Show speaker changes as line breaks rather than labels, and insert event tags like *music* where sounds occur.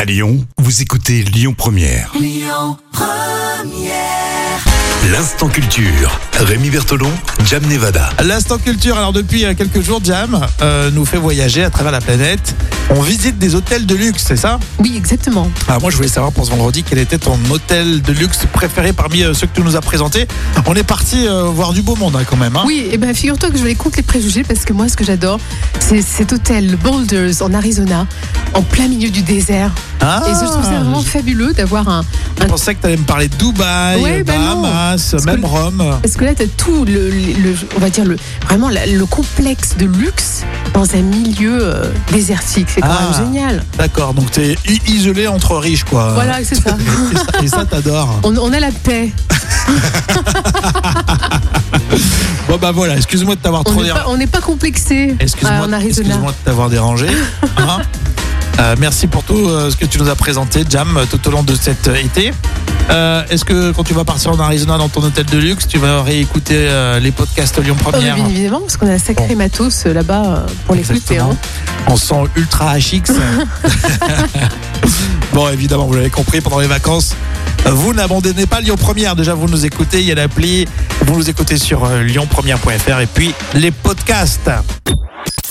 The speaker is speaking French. À Lyon, vous écoutez Lyon Première. Lyon Première. L'instant culture. Rémi Bertolon, Jam Nevada.
L'instant culture, alors depuis euh, quelques jours, Jam euh, nous fait voyager à travers la planète. On visite des hôtels de luxe, c'est ça
Oui, exactement.
Alors Ah, moi je voulais savoir pour ce vendredi quel était ton hôtel de luxe préféré parmi euh, ceux que tu nous as présentés. On est parti euh, voir du beau monde hein, quand même. hein.
Oui, et ben figure-toi que je vais contre les préjugés parce que moi, ce que j'adore, c'est cet hôtel Boulders en Arizona, en plein milieu du désert.
Ah,
et je trouve ça vraiment fabuleux d'avoir un.
je pensais que tu allais me parler de Dubaï,
Ouais, bah non.
Bahamas,
Parce que-
même Rome.
Parce que là, t'as tout le, le- le- on va dire le vraiment la- le complexe de luxe dans un milieu euh, désertique. C'est quand
Ah.
même génial.
D'accord, donc t'es i- isolé entre riches quoi.
Voilà, c'est ça.
*laughs* Et ça, et ça, t'adores.
On, on a la paix.
Bon bah voilà, excuse-moi de t'avoir
On
trop
n'est
dérangé.
pas, on n'est pas complexé euh,
Excuse-moi
en Arizona.
excuse-moi de t'avoir
*laughs*
dérangé. Hein Euh, merci pour tout euh, ce que tu nous as présenté, Jam, euh, tout au long de cet euh, été. Euh, Est-ce que quand tu vas partir en Arizona dans ton hôtel de luxe, tu vas réécouter euh, les podcasts Lyon
Oh, mais
Première
bien évidemment, parce qu'on a un sacré
Bon.
matos euh, là-bas euh, pour l'écouter.
Exactement.
hein.
On sent ultra HX.
*laughs*
bon, évidemment, vous l'avez compris, pendant les vacances, vous n'abandonnez pas Lyon Première. Déjà, vous nous écoutez, il y a l'appli. Vous nous écoutez sur euh, lyonpremière.fr et puis les podcasts.